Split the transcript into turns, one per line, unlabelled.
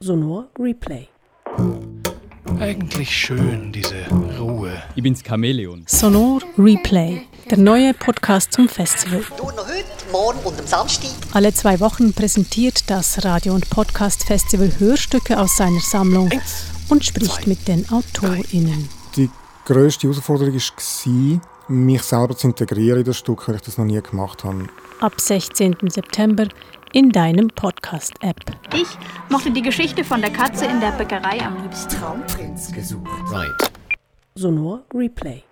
Sonor Replay.
Eigentlich schön, diese Ruhe.
Ich bin's Chamäleon.
Sonor Replay, der neue Podcast zum Festival.
Du noch heute, morgen und am Samstag.
Alle zwei Wochen präsentiert das Radio- und Podcast-Festival Hörstücke aus seiner Sammlung und spricht mit den AutorInnen.
Die grösste Herausforderung war, mich selber zu integrieren in das Stück, weil ich das noch nie gemacht habe.
Ab 16. September in deinem Podcast-App.
Ich mochte die Geschichte von der Katze in der Bäckerei am liebsten.
Traumprinz gesucht.
Right.
Sonor Replay.